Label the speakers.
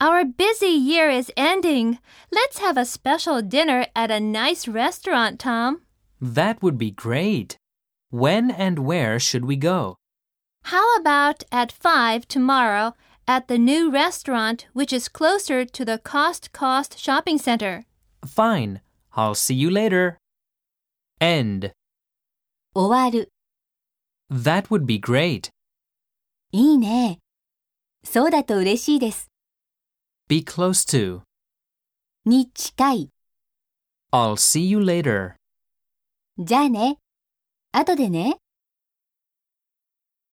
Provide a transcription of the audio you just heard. Speaker 1: Our busy year is ending. Let's have a special dinner at a nice restaurant, Tom.
Speaker 2: That would be great. When and where should we go?
Speaker 1: How about at 5 tomorrow at the new restaurant, which is closer to the Cost Cost Shopping Center?
Speaker 2: Fine. I'll see you later. End.
Speaker 3: 終わる。
Speaker 2: That would be great.
Speaker 3: いいね。そうだと嬉しいです。
Speaker 2: Be close to.
Speaker 3: に近い。
Speaker 2: I'll see you later.
Speaker 3: じゃあね。後でね。